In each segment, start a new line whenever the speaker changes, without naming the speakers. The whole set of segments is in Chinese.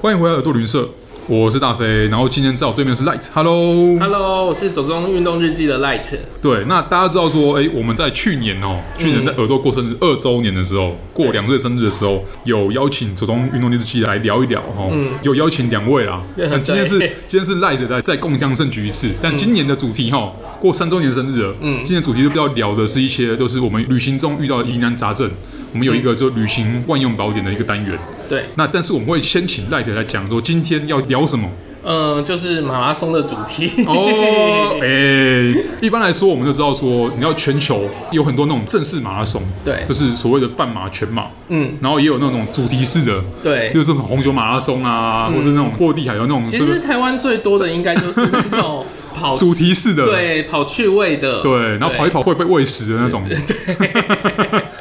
欢迎回来耳朵旅社，我是大飞，然后今天在我对面的是 Light，Hello。
Hello，我是走中运动日记的 Light。
对，那大家知道说，哎，我们在去年哦，去年在耳朵过生日二周年的时候，过两岁生日的时候，有邀请左中运动励志器来聊一聊哈、哦，有邀请两位啦。
对
那今天是
对
今天是赖的在在共襄盛举一次，但今年的主题哈、哦，过三周年生日了，嗯，今年主题就比较聊的是一些，就是我们旅行中遇到的疑难杂症。我们有一个就旅行万用宝典的一个单元，
对，
那但是我们会先请赖的来讲说今天要聊什么。
嗯、就是马拉松的主题。
哦，哎，一般来说，我们就知道说，你要全球有很多那种正式马拉松，
对
就是所谓的半马、全马，
嗯，
然后也有那种主题式的，
对嗯
就是什么红酒马拉松啊，或是那种过地海有那种
其
这
实
个
台湾最多的应该就是那种 跑
主题式的，
对跑趣味的，
对，然后跑一跑会被喂食的那 种，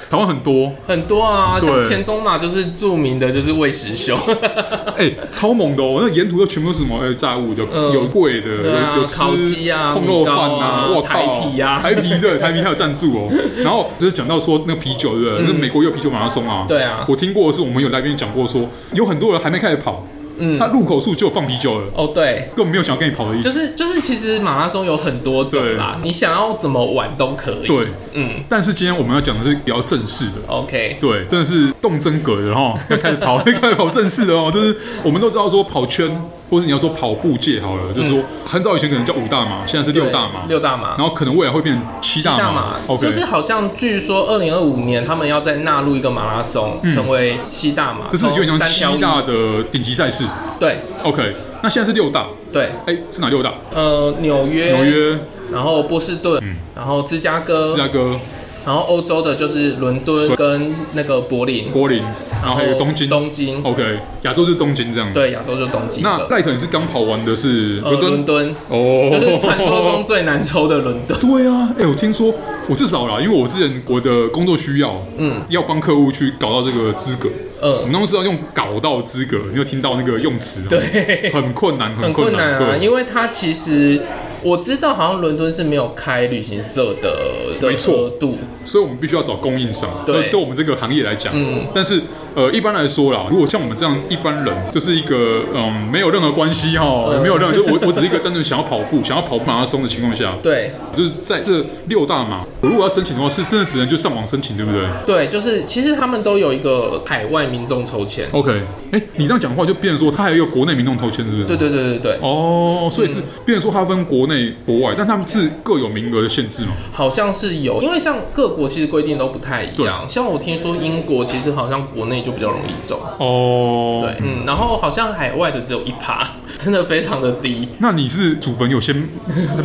台湾很多，
很多啊，像
对
田中嘛，就是著名的就是喂食秀，
哎、超猛的哦！那沿途都全部都是什么呃炸物，有、
嗯
有贵的，
对啊
有有吃
烤鸡啊
控肉饭
米糕啊
我
台
靠，
啤啊
台啤 对，台啤还有赞助哦。然后就是讲到说那个啤酒，对不对？那美国有啤酒马拉松啊。
嗯对啊
我听过的是我们有来宾讲过说，有很多人还没开始跑，嗯，他入口处就有放啤酒了，
哦，对。
根本没有想要跟你跑的意思。
就是就是，其实马拉松有很多种啦，你想要怎么玩都可以。
对，
嗯
但是今天我们要讲的是比较正式的。
，OK，
对，真的是动真格的哈，要开始跑， 要开始跑正式的哦。就是我们都知道说跑圈，或是你要说跑步界好了，就是说很早以前可能叫五大马，现在是六大马，
嗯对六大马
然，后可能未来会变七大马。OK，
就是好像据说二零二五年他们要再纳入一个马拉松，成为七大马，
嗯就是有点像七
从三条
大的顶级赛事。
一，对
OK，那现在是六大，
对，
哎，是哪六大？
呃，纽约，
纽，约、嗯
然后波士顿，然后芝加
芝
哥，
加哥、
然后欧洲的就是伦敦跟那个柏林，
柏林，然后还有东京。
哦
哦
东京，
OK，亚洲就是东京这样子。
对，亚洲就东京
那
了，
赖特你是刚跑完的是
呃，
伦
伦
敦
敦。
哦，，
就是传说中最难抽的伦 敦
对啊，哎、我听说我至少啦，因为我之前我的工作需要，嗯，要帮客户去搞到这个资格，我们
嗯，
当时要用“搞到资格”，你有听到那个用词？，
对，
很困难，很
很
困
困
难，
难啊，
对，
因为它其实我知道好像伦敦是没有开旅行社的的
没错
额度，
所以我们必须要找供应商。
对
那对我们这个行业来讲，嗯，但是呃，一般来说啦，如果像我们这样一般人，就是一个嗯，没有任何关系哈，
嗯
没有任何，就我我只是一个单纯想要跑步、想要跑马拉松的情况下，
对，
就是在这六大马，如果要申请的话，是真的只能就上网申请，对不对？
对，就是其实他们都有一个海外民众抽签。
OK，哎、你这样讲话就变成说，它还有国内民众投签，是不是？
对对嗯对对对，
哦，所以是、变成说它分国内国外，但他们是各有名额的限制嘛？
好像是有，因为像各国其实规定都不太一
啊
样。像我听说英国其实好像国内就比较容易中，
哦，
对，。嗯，然后好像海外的只有一趴， 真的非常的低。
那你是祖坟有先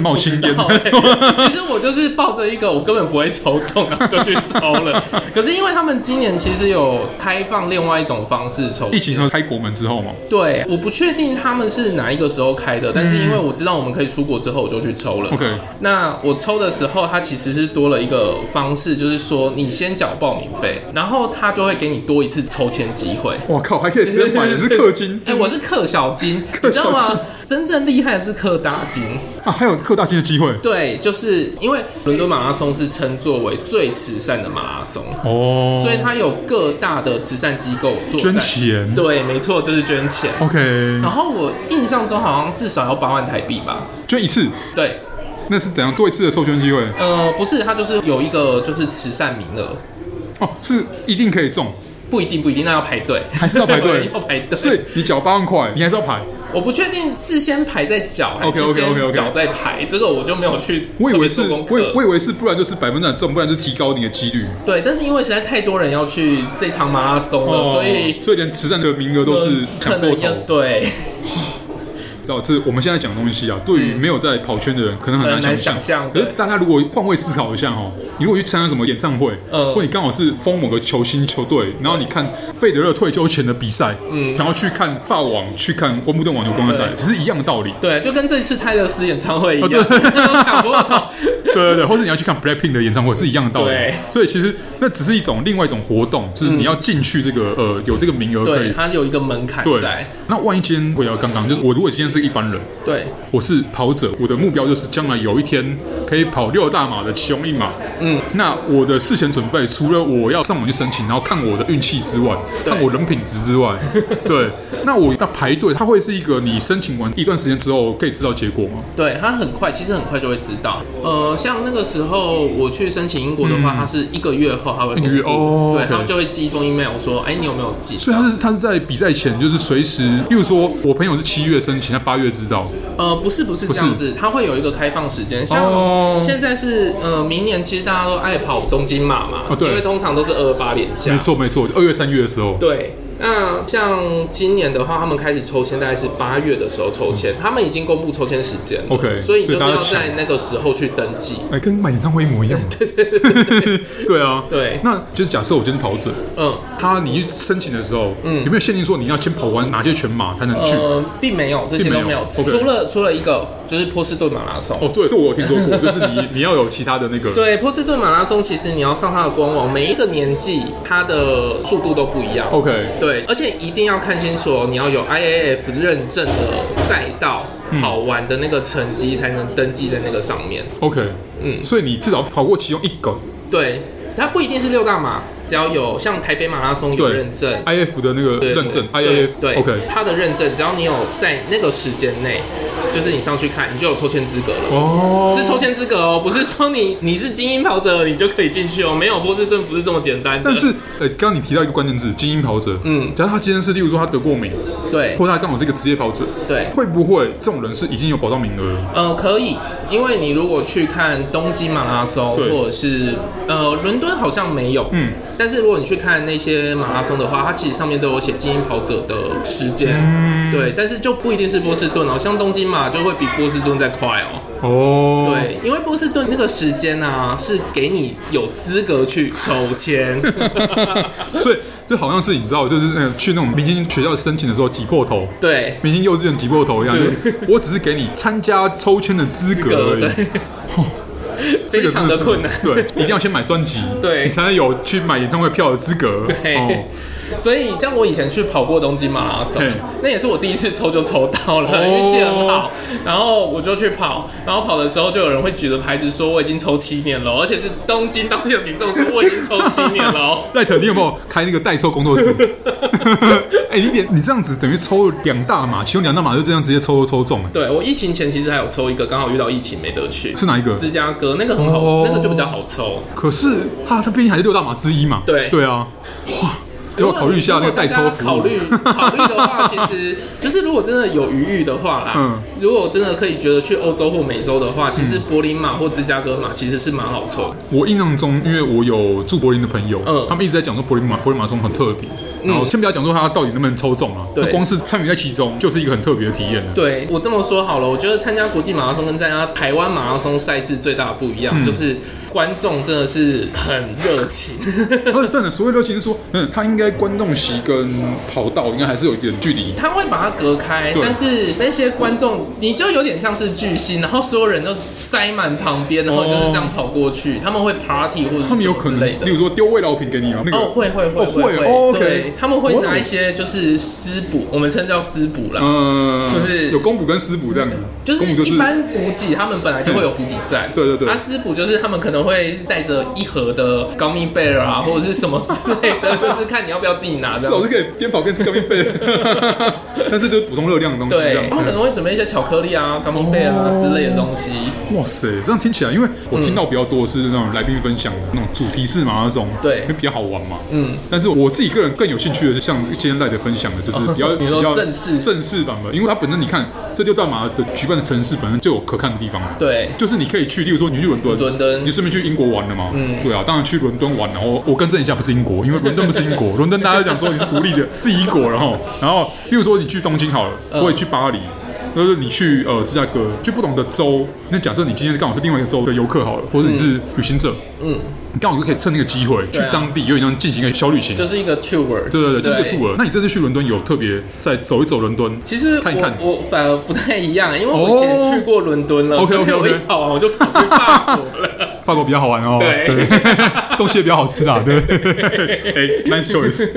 冒青烟
然？后 其实我就是抱着一个我根本不会抽中，然后就去抽 了。可是因为他们今年其实有开放另外一种方式抽签，
疫情和啊开国门之后嘛，
对，我不确定他们是哪一个时候开的，但是因为我知道我们可以出国之后，我就去抽了。
嗯 OK
那我抽的时候，它其实是多了一个方式，就是说你先缴报名费，然后他就会给你多一次抽签机会。
我靠，还可以直接买，你是氪金
哎、我是氪小 金，你知道
氪小
吗
金？
真正厉害的是氪大金。
啊，还有氪大金的机会
对，就是因为伦敦马拉松是称作为最慈善的马拉松，
哦
所以它有各大的慈善机构做
捐
赞
钱
对，没错，就是捐钱。
OK，
然后我印象中好像至少要八万台币吧？
捐一次，
对，
那是怎样多一次的授权机会？
呃，不是，它就是有一个就是慈善名额，
哦，是一定可以中，
不一定不一定，那要排队，
还是要排队
要排队。
所以你缴八万块，你还是要排。
我不确定是先排再缴还是
OK，OK，OK，OK
先缴再排，这个我就没有去
我以为
特
是，
别做功
我以
课。
我以为是，不然就是百分之百中，不然就是提高你的几率。
对，但是因为实在太多人要去这场马拉松了，所以
哦所以连慈善的名额都是
可
抢过
能要
头。
对
知
嗯
道，这我们现在讲的东西啊，对于没有在跑圈的人，可能很难
很难
想
想
象。
象
可是
对
大家如果换位思考一下哦，你如果去参加什么演唱会，
嗯
或你刚好是封某个球星球队，然后你看费德勒退休前的比赛，嗯，然后去看法网，去看温布顿网球公开赛，
对
其实一样的道理。
对，就跟这次泰勒斯演唱会一样，
哦对
都抢不到。
对对对，或者你要去看 Blackpink 的演唱会是一样的道理
对。
所以其实那只是一种另外一种活动，就是你要进去这个呃有这个名额可
对，
以。
它有一个门槛
对
嗯在。，
那万一今天回到刚刚，就是我如果今天是一般人，
对，
我是跑者，我的目标就是将来有一天可以跑六大马的其中一马。
嗯，
那我的事前准备，除了我要上网去申请，然后看我的运气之外，
对
看我人品值之外， 对，那我那排队，它会是一个你申请完一段时间之后可以知道结果吗？
对，它很快，其实很快就会知道。呃，像那个时候我去申请英国的话，它是一个月后它会
嗯一
公布，
个月哦
对，
OK
他们就会寄一封 email 说，哎，你有没有寄？
所以他是他是在比赛前，就是随时，例如说我朋友是七月申请，他八月知道，
呃，不是不是
不
这
是
样子，它会有一个开放时间。像
哦
现在是呃，明年其实大家都爱跑东京马嘛，
哦对
因为通常都是二八连假
没。错哎没错，二月三月的时候，
对，那像今年的话，他们开始抽签，大概是八月的时候抽签，他们已经公布抽签时间了
嗯 OK，
所以你就是
所以大
要
家抢
在那个时候去登记。
哎，跟买演唱会一模一样。 对对啊，
对
那就是假设我今天跑者，
嗯，
他你去申请的时候，嗯，有没有限定说你要先跑完哪些全马才能去？
呃，并没有，这些都
并没
没
有
有，
OK
除了除了一个就是波士顿马拉松。
哦，对，这我有听说 过，就是你你要有其他的那个，
对，波士顿马拉松，其实你要上它的官网，每一个年纪它的速度都不一样。
，OK，
对，而且一定要看清楚哦，你要有 IAF 认证的赛道跑完的那个成绩才能登记在那个上面。
OK，嗯，
嗯
所以你至少跑过其中一个
对，它不一定是六大马，只要有像台北马拉松有
对
认证。
IF 的那个
对
认证
对对对
，IAF，OK，
它的认证，只要你有在那个时间内，就是你上去看，你就有抽签资格了。
哦，
是抽签资格哦，不是说你你是精英跑者你就可以进去哦，没有波士顿不是这么简单的。
但是，呃，刚刚你提到一个关键字，精英跑者，
嗯
假如他今天是，例如说他得过名，
对
或者他刚好是一个职业跑者，
对，
会不会这种人是已经有保障名额了？
呃，可以，因为你如果去看东京马拉松，
对
或者是呃伦敦好像没有，
嗯，
但是如果你去看那些马拉松的话，它其实上面都有写精英跑者的时间，
嗯
对，但是就不一定是波士顿哦，像东京马就会比波士顿再快哦，
哦，
对，因为波士顿那个时间啊是给你有资格去抽 签，
所以就好像是你知道，就是那个去那种明星学校申请的时候挤破头，
对。
明星幼稚园挤破头一样，
对
就我只是给你参加抽签的资格而已。
对，
这
非
个
常
真
的
是
困难。
对，一定要先买专辑，
对
你才能有去买演唱会票的资格。哦
对哦所以像我以前去跑过东京马拉松
嘿，
那也是我第一次抽就抽到了，
哦
运气很好。然后我就去跑，然后跑的时候就有人会举着牌子说我已经抽七年了，而且是东京当地的民众说我已经抽七年了哦。
赖特，你有没有开那个代抽工作室？ 哎、你点你这样子等于抽了两大码，其中两大码就这样直接抽抽抽中、哎
对我疫情前其实还有抽一个，刚好遇到疫情没得去，
是哪一个？
芝加哥那个很好，
哦
那个就比较好抽。
可是他他毕竟还是六大码之一嘛。
对
对啊，哇，要不要考虑一下那个代抽
如
服务？
果大家考虑考虑的话，其实就是如果真的有余裕的话啦，
嗯
如果真的可以觉得去欧洲或美洲的话，其实柏林马或芝加哥马其实是蛮好抽的。
我印象中，因为我有住柏林的朋友，
嗯
他们一直在讲说柏林马柏林马拉松很特别，然后先不要讲说他到底能不能抽中啊，
对
那光是参与在其中就是一个很特别的体验啊了。
对我这么说好了，我觉得参加国际马拉松跟参加台湾马拉松赛事最大的不一样，
嗯
就是观众真的是很热情。
而且，但是所谓热情是说，嗯，他应该观众席跟跑道应该还是有一点距离。
他会把它隔开，
对
但是那些观众，你就有点像是巨星，然后所有人都塞满旁边，然后就是这样跑过去，他们会 party 或者
他
是
们
什
有
么
可
之
能
类，的
例。如说丢味道品给你啊，那个
哦，会会会
哦会
会
哦，OK
对，他们会
我懂
拿一些就是私补，我们称叫私补啦，
嗯，
就是
有公补跟私补这样子，
就是
公补就是
一般补给，他们本来就会有补给站。
对对对
阿斯补就是他们可能会带着一盒的高密贝尔啊， 或者是什么之类 的，就是看你要不要自己拿
至
的。
少是哦可以边跑边吃高密 贝，但是就是补充热量的东西这
对
样。，
他们可能会准备一些巧克力啊、高密贝尔啊
哦
之类的东西。
哇塞，这样听起来，因为我听到比较多的是那种来宾分享的那种主题式马拉松，
对
因为比较好玩嘛。
嗯，
但是我自己个人更有兴趣的是像今天赖的分享的， 就是比较、
你
比
说
较
正式
正式版本，因为它本身你看这六大马的举办的城市本身就有可看的地方了。
对，
就是你可以去，例如说你去伦敦，
伦敦
你顺便去英国玩了嘛？嗯，对啊，当然去伦敦玩了。我我更正一下，不是英国， 因为伦敦不是英国，伦敦大家讲说你是独立的，是英国，然后然后，例如说你去东京好了，或者去巴黎。就是你去呃芝加哥，去不同的州。那假设你今天刚好是另外一个州的游客好了，或者你是旅行者，嗯，你刚好就可以趁那个机会去
对啊
当地，有点像进行一个小旅行。
就是一个 tour。
对对对，就是个 tour。那你这次去伦敦有特别在走一走伦敦？
其实我
看一看
我反而不太一样，因为我以前去过伦敦了
哦
所以
OK，OK，OK
我一跑完我就跑去法国了。
法国比较好玩哦，
对
东西也比较好吃啦， 对不 对？哎，nice choice，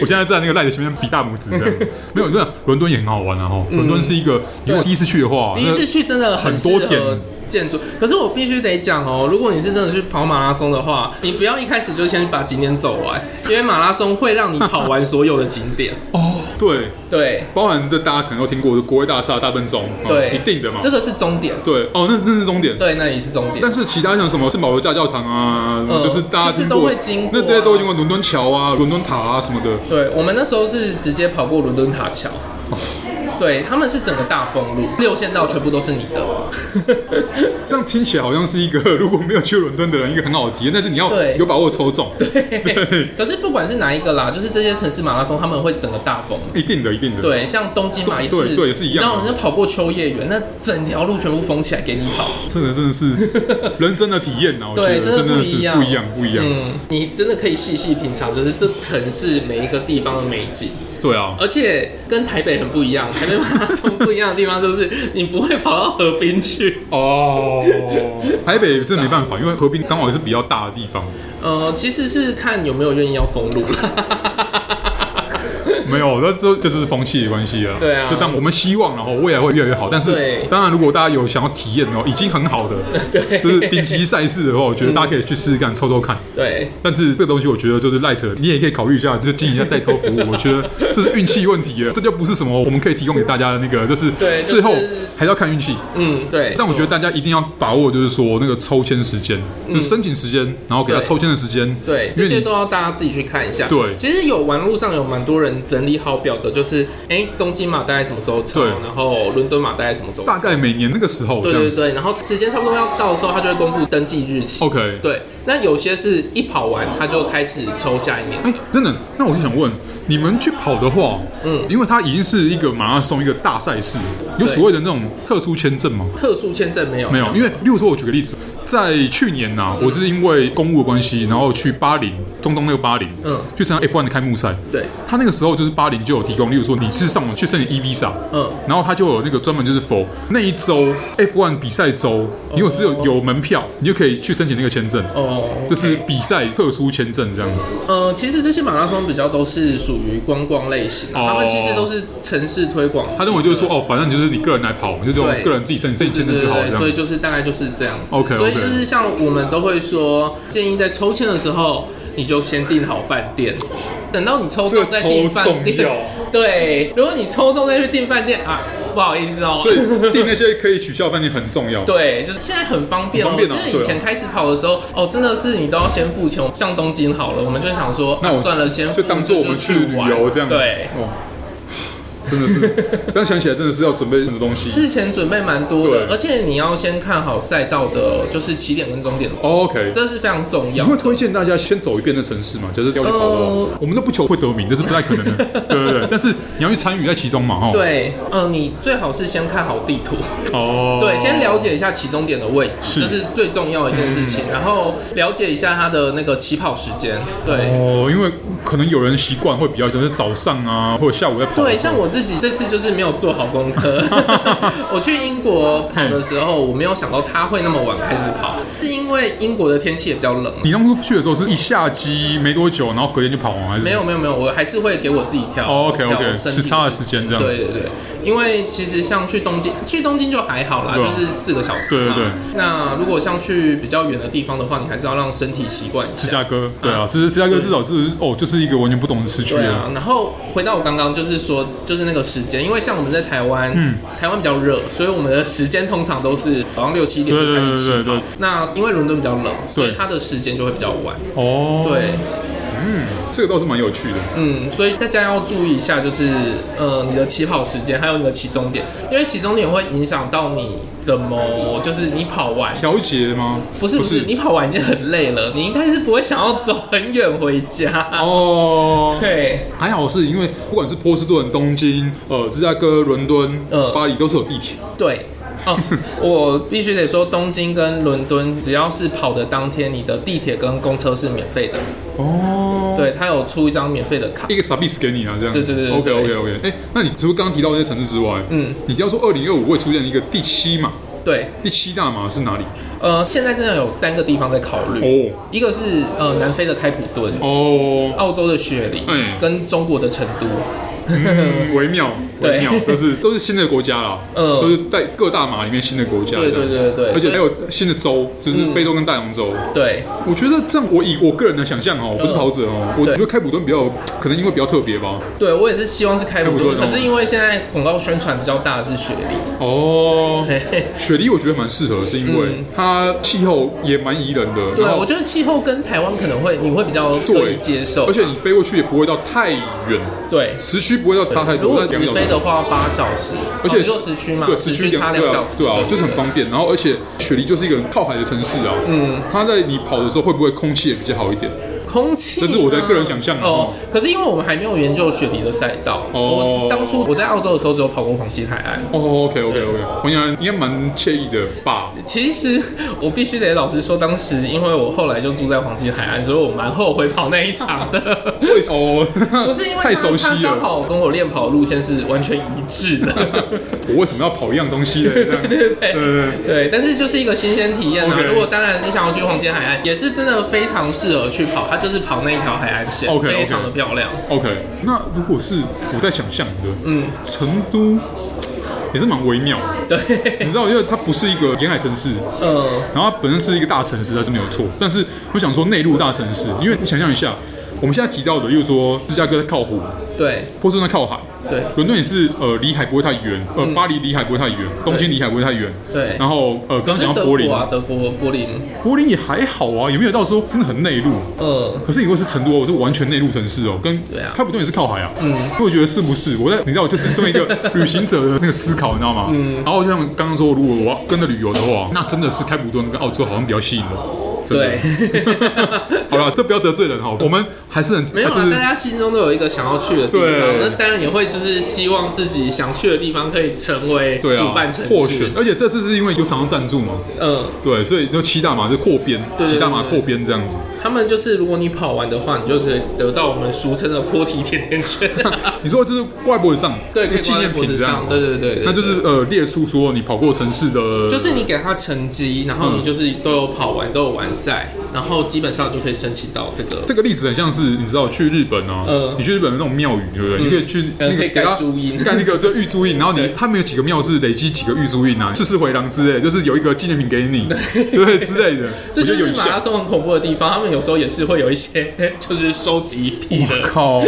我现在在那个赖的前面比大拇指这 样，没有，真的，伦敦也很好玩啊，吼，伦敦是一个，如果第一次去的话，
嗯第一次去真的很
很多
适
点
合建筑，可是我必须得讲哦，如果你是真的去跑马拉松的话，你不要一开始就先把景点走完，因为马拉松会让你跑完所有的景 点。
那哦，对，
对
包含的大家可能都听过的国会大厦、大笨钟，哦
对，
一定的嘛，
这个是终点，
对，哦，那那是终点。
对，那里是终点
但。是其他像什么圣保罗大教堂啊，
嗯
就是大家
就是
听
都
过，
会经过
那这些
啊
都经过伦敦桥啊、伦敦塔啊什么的。
对我们那时候是直接跑过伦敦塔桥。
哦
对，他们是整个大封路，六线道全部都是你 的。
这样听起来好像是一个如果没有去伦敦的人一个很好的体验，但是你要
对
有把握抽中，对，
可是不管是哪一个啦，就是这些城市马拉松，他们会整个大封。
一定的，一定的。，
对，像东京嘛也是，
对对也是一样
你知
的
道人家跑过秋叶原，那整条路全部封起来给你跑。
真的真的 是人生的体验啊，我觉
对，
得
真
真
的不
的
一
是
样，
不一样，不一样。
嗯，你真的可以细细品尝，就是这城市每一个地方的美景。
对啊，
而且跟台北很不一样，台北马拉松不一样的地方就是你不会跑到河滨去。
哦，台北是没办
啊
法，因为河滨刚好也是比较大的地方，
呃，其实是看有没有愿意要封路啦。
没有，那这这就是风气的关系啊。
对啊
就但我们希望，然后未来会越来越好。但是
对
当然，如果大家有想要体验哦，已经很好的，
对
就是顶级赛事的话，我觉得大家可以去试试看，抽抽看。
对，
但是这个东西，我觉得就是赖扯，你也可以考虑一下，就是进行一下代抽服 务。我觉得这是运气问题啊了，这就不是什么我们可以提供给大家的那个，就是
对就是
最后还是要看运气。
嗯，对。
但我觉得大家一定要把握，就是说那个抽签时间，就是申请时间，然后给他
嗯对
抽签的时间。
对，
因
这
为
些
你
都要大家自己去看一下。
对
其实有网络上有蛮多人整理好表格，就是哎、诶东京马大概什么时候超，
对
然后伦敦马大概什么时候
大
超。
概每年那个时候
对
这
对
样子。哦
对，然后时间差不多要到的时候，他就会公布登记日期。
OK。
对，那有些是一跑完他就开始抽下一年
哎
的。，
等等，那我就想问，你们去跑的话，嗯
嗯，
因为它已经是一个马拉松，一个大赛事，有所谓的那种特殊签证吗？
特殊签证没有？啊
没有，因为例如说，我举个例子，在去年呐、
嗯
我是因为公务的关系，然后去巴林，中东那个巴林，嗯
嗯，
去参加 F1 的开幕赛。
对，
他那个时候就是巴林就有提供，例如说你是上网去申请 E visa，嗯
嗯，
然后他就有那个专门就是 for 那一周 F1 比赛周，你有是有有门票，你就可以去申请那个签证，
哦，
就是比赛特殊签证这样子。
呃，其实这些马拉松比较都是属于观光类型，
哦
他们其实都是城市推广型的。
他认为就是说，哦，反正你就是你个人来跑，就是我
对
个人自己申请
对
签证
对
就好这
对，
样
所以
子。
就是大概就是这样子。
OK，OK
所以就是像我们都会说，建议在抽签的时候，你就先订好饭店，等到你抽
这个
中再订
超
饭
重
店
要。
对，如果你抽中再去订饭店啊，不好意思哦。
所以订那些可以取消的饭店很重要。
对，就是现在很方便哦。
很方便哦
就是以前开始跑的时候，哦，真的是你都要先付钱。像东京好了，我们就想说，
那我
啊算了，先
就
付
当做我们
就
去旅
玩
游这样子。
对，
哦，真的是 这样想起来，真的是要准备什么东西。
事前准备蛮多
对
的，而且你要先看好赛道的，就是起点跟终点的，
哦 OK，
这是非常重
你
要
会。推荐大家先走一遍那城市嘛？就是要去跑的话
呃，
我们都不求会得名，这是不太可能 的。对对对，但是你要去参与在其中嘛，哈。
对，嗯、你最好是先看好地图，
哦，
对，先了解一下起终点的位置，
是嗯
这是最重要的一件事情。然后了解一下它的那个起跑时间，对。
哦，因为可能有人习惯会比较就是早上啊，或者下午在跑。
对，像我自己这次就是没有做好功 课。 我去英国跑的时候，我没有想到它会那么晚开始跑，是因为英国的天气也比较冷。
你当初去的时候是一下机没多久，然后隔天就跑完，还是
没有没有没有，我还是会给我自己挑。
哦，OK，OK，
挑身
时
体
差的时间这样子
对对对，因为其实像去东京，去东京就还好啦，
对啊
就是四个小时嘛。
对对
那如果像去比较远的地方的话，你还是要让身体习惯一
芝
下。
加哥？对啊，就是芝加哥至少是哦，就是一个完全不懂的市区
对
了
啊。，然后回到我刚刚就是说，就是那个时间，因为像我们在台湾，
嗯
台湾比较热，所以我们的时间通常都是好像六七点
对
就
对
开始
对
起
对对。
那因为伦敦比较冷，所以
对
它的时间就会比较晚。
哦，
对，
嗯，这个倒是蛮有趣的。
嗯，所以大家要注意一下，就是呃，你的起跑时间还有你的起终点，因为起终点会影响到你怎么，就是你跑完，
调节吗？
不是不是，你跑完已经很累了，你应该是不会想要走很远回家。
哦。
对，
还好是因为不管是波士顿、东京、呃芝加哥、伦敦、
嗯
巴黎都是有地铁。
对。哦， 我必须得说，东京跟伦敦，只要是跑的当天，你的地铁跟公车是免费的。
哦，，
对，它有出一张免费的卡。
一个傻逼给你啊，这样子。
对对对
OK
对
OK OK。哎，那你除了刚刚提到那些城市之外，
嗯，
你要说二零二五会出现一个第七嘛？
对，
第七大马是哪里？
呃，现在真的有三个地方在考虑，
哦
一个是呃南非的开普敦，
哦，
澳洲的雪梨
嗯，
跟中国的成都。
嗯微妙微
对
妙，都是都是新的国家啦，
嗯
都是在各大马里面新的国家，
对对对对对
而
嗯
且
所以
还有新的州，就是非洲跟大洋洲。
对，
我觉得这样，我以我个人的想象哦，我不是跑者哦，我
嗯对
觉得开普敦比较可能因为比较特别吧。
对我也是希望是开
开
普
普
敦，
敦哦
可是因为现在广告宣传比较大的是雪梨，
哦，
嘿嘿
雪梨我觉得蛮适合，是因为
嗯
它气候也蛮宜人的。
对
然后
啊我觉得气候跟台湾可能会你会比较乐
对
意接受，
而且你飞过去也不会到太远，
对，
时区不会到差太
如
多，
果
那
直
两个小
飞
时。
的话八小时，
而且
哦你说时区嘛，
对，
时
时
区
区
差两
对啊
小时，
对啊，
对
就是很方便。然后，而且雪梨就是一个很靠海的城市啊，嗯，它在你跑的时候会不会空气也比较好一点？
空气呢，
这是我的个人想象啊
哦。可是因为我们还没有研究雪梨的赛道，
哦
我当初我在澳洲的时候只有跑过黄金海岸。
哦，OK，OK，OK，黄洋应该蛮惬意的 吧？
其实我必须得老实说，当时因为我后来就住在黄金海岸，所以我蛮后悔跑那一 场的。
为什哦，
不是因 为
太熟悉
他刚
了，
好跟我练跑的路线是完全一致的。
我为什么要跑一样东西呢？这样
对对对
呃
对，但是就是一个新鲜体验啊。
OK
如果当然你想要去黄金海岸，也是真的非常适合去跑，它就是跑那一条海岸线
OK，OK
非常的漂亮。
OK，那如果是我在想象的，
嗯，
成都也是蛮微妙的。
对，
你知道，因为它不是一个沿海城市，
嗯，
然后它本身是一个大城市，它是没有错。但是我想说内陆大城市，因为你想象一下，我们现在提到的，例如说芝加哥在靠湖，
对
波士顿在靠海，
对
伦敦也是呃离海不会太远，呃巴黎离海不会太远，东京离海不会太远。
嗯对
然后呃
可
刚
是
讲到
德
柏林
国，啊，德国柏林，
柏林也还好啊，也没有到说真的很内陆。
嗯，
可是你如果是成都哦，我是完全内陆城市哦，跟
对啊
开普敦也是靠海啊。嗯，所以我觉得是不是？我在你知道，我就是身 为一个旅行者的那个思考，你知道吗？嗯。然后就像刚刚说，如果我要跟着旅游的话，那真的是开普敦跟澳洲好像比较吸引 我。真的
对。
好了，这不要得罪人哈，我们还是很
没有
啊就
啦，
是
大家心中都有一个想要去的地
对
方，那当然也会就是希望自己想去的地方可以成为
对
主
啊
办城，
获
市
选。，而且这次是因为有厂商赞助嘛，
嗯，
对，所以就七大马就扩编，
对对
七大马
对对
扩编这样子。
他们就是如果你跑完的话，你就可以得到我们俗称的坡体甜甜 圈，
你说就是挂在脖子上，
对，
一
可
个
以
纪
挂在
念
脖
品
子
这样
上，
子。
对对对对，
那就是呃列出说你跑过城市的，
就是你给他成绩，然后你就是都有跑完，都有完赛，然后基本上就可以申请到这个，
这个例子很像是你知道去日本啊，
嗯
你去日本的那种庙宇，对不对？你可以去
嗯
那个
可以
给
盖
它
朱印
盖那个对玉珠印，然后你他们有几个庙是累积几个玉珠印啊，四世回廊之类，就是有一个纪念品给你，对之类的，我
这
觉
就
得有
是
点
马拉
像。
松很恐怖的地方，他们有时候也是会有一些 就是收集癖
我
的，
靠！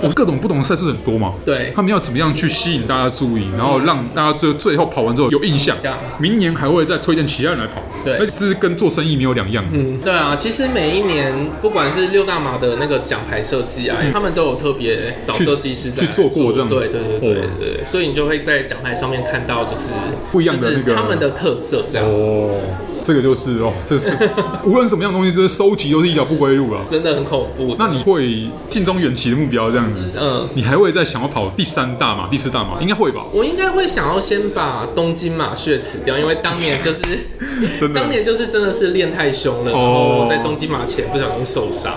我各种不同的赛事很多嘛，
对嗯
他们要怎么样去吸引大家注意，然后让大家最最后跑完之后有印象
这样，
明年还会再推荐其他人来跑，
对
那是跟做生意没有两样。
嗯，对啊，其实每一年不管是六大马的那个奖牌设计啊，他们都有特别找设计师在
去做过这样子
对对对对
哦
对对，所以你就会在奖牌上面看到就是
不一样的那个
就是他们的特色这样。
哦，这个就是哦，这是无论什么样的东西，就是收集都是一条不归路了。
真的很恐怖。
那你会近中远期的目标这样子，
嗯，
你还会再想要跑第三大嘛、第四大嘛？应该会吧？
我应该会想要先把东京马血辞掉，因为当年就是
真的
当年就是真的是练太凶了，然
哦
后在东京马前不小心受伤。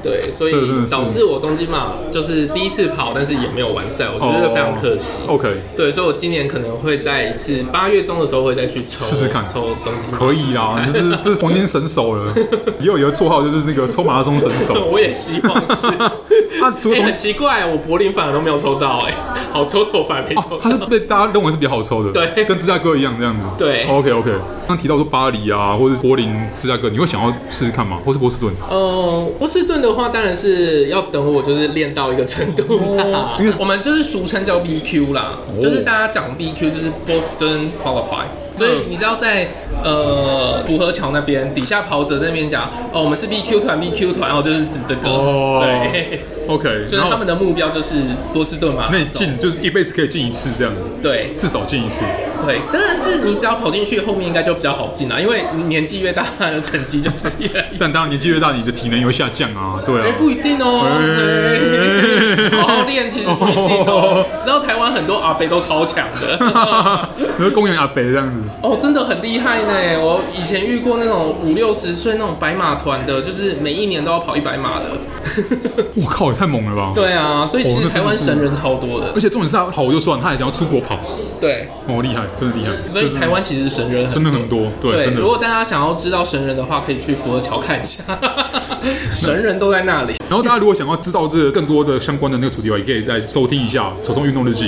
对，所以
这个真的是
导致我东京马就是第一次跑，但是也没有完赛，我觉得非常可惜。
哦 OK，
对，所以我今年可能会在一次八月中的时候会再去抽
试试看
抽东京马
可以 啦，
试
你
试看
是这是黄金神手了，也有一个绰号就是那个抽马拉松神手。
我也希望是。
啊，除了
哎、
东
很奇怪，我柏林反而都没有抽到、哎，好抽的我反而没抽
哦，他是
到。
被大家认为是比较好抽的，
对
跟芝加哥一样这样子。
对
，OK OK。刚提到说巴黎啊，或是柏林、芝加哥，你会想要试试看吗？或是波士顿？
呃，波士顿的话，当然是要等我就是练到一个程度啦。
哦因为哦
我们就是俗称叫 BQ 啦，就是大家讲 BQ 就是 Boston Qualify。所以
嗯
你知道在呃浦河桥那边底下跑者在那边讲哦，我们是 BQ 团 BQ 团，然后就是指这个，
哦
对，
，OK，
就是他们的目标就是波士顿嘛，
内进，就是一辈子可以进一次这样子，
对
至少进一次。
对，当然是你只要跑进去，后面应该就比较好进啦，因为年纪越大，的成绩就是越来越
但当然年纪越大，你的体能也会下降啊，对
哎、
啊。
不一定哦、
哎
嘿好好练其实不一定哦。你知道台湾很多阿北都超强 的，
你说公园阿北这样子，
哦，真的很厉害呢。我以前遇过那种五六十岁那种白马团的，就是每一年都要跑一百码的。
我靠，也太猛了吧！
对啊，所以其
哦
实
那真的是
台湾神人超多的
而。且重点是他跑就算，他还想要出国跑，
对，
哦，厉害，真的厉害。
所以
就是
台湾其实神人很
真的很多，对，
对，
真的
如。果大家想要知道神人的话，可以去福和桥看 一下，神人都在那里。
然后大家如果想要知道这个更多的相关的那个主题的话，也可以再收听一下《手中运动日记》，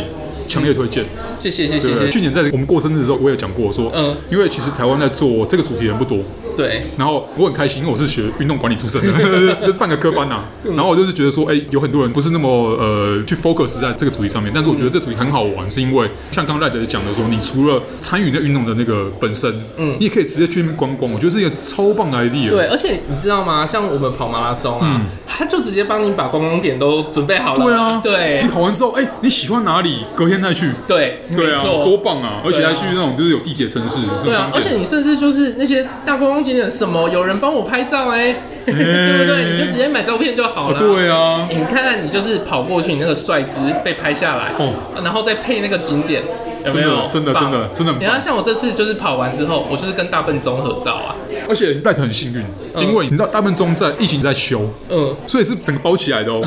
强烈推荐。
谢谢谢
对
谢
不
谢
对？去
谢。
年在我们过生日的时候，我也讲过说，
嗯
嗯，因为其实台湾在做这个主题的人不多，
对，
然后我很开心，因为我是学运动管理出身的， 就是半个科班呐、啊
嗯
然后我就是觉得说，哎、有很多人不是那么呃去 focus 在这个主题上面，但是我觉得这主题很好玩，是因为像刚刚赖德讲的说，你除了参与那运动的那个本身，嗯，你也可以直接去那边观光，我觉得是一个超棒的 idea。
对，而且你知道吗？像我们跑马拉松啊，他就直接帮你把观光点都准备好了。
嗯对啊，
对
你跑完之后，哎、你喜欢哪里，隔天再去。
对，
对
没
啊，
错，
多棒啊！而且还去那种就是有地铁城市，
对啊，而且你甚至就是那些大观光景点什么，有人帮我拍照哎、 对不对？你就直接买照片就好了。
对啊，
你嗯看看，你就是跑过去，你那个帅姿被拍下来，
哦
然后再配那个景点，有没
真的
有？
真的
棒
真的真的很
你看，
棒
像我这次就是跑完之后，我就是跟大笨钟合照啊，
而且赖特很幸运，
嗯
因为你知道大笨钟在疫情在修，
嗯，
所以是整个包起来 的哦，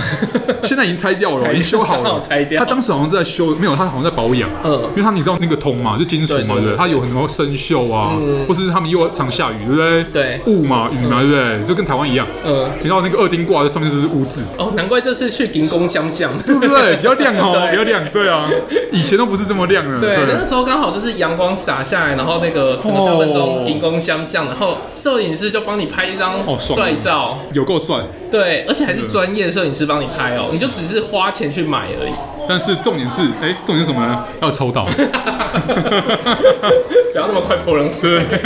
现在已经拆掉了，哦
拆
已经修好
刚好
了。
拆掉
他当时好像是在修，没有，他好像在保养。啊
嗯
因为他你知道那个铜嘛，就金属嘛，对
对对嗯
不对？它有很多生锈啊，或是他们又常下雨，对不对？
对
雾嘛，雨嘛，对不对？就跟台湾一样。
嗯
你知道那个二丁挂在上面就是污渍，
哦，难怪这次去银宫相像，对
对不 对？比较亮哦，比较
对
亮，对啊，以前都不是这么亮的。
对，那个时候刚好就是阳光洒下来，然后那个整个大笨钟
哦
银宫相像，然后摄影师就帮你拍一张
哦爽
帅照，
有够帅，
对，而且还是专业摄影师帮你拍哦，你就只是花钱去买而已。
但是重点是，哎，重点是什么呢？要抽到。
不要那么快泼冷水。
对，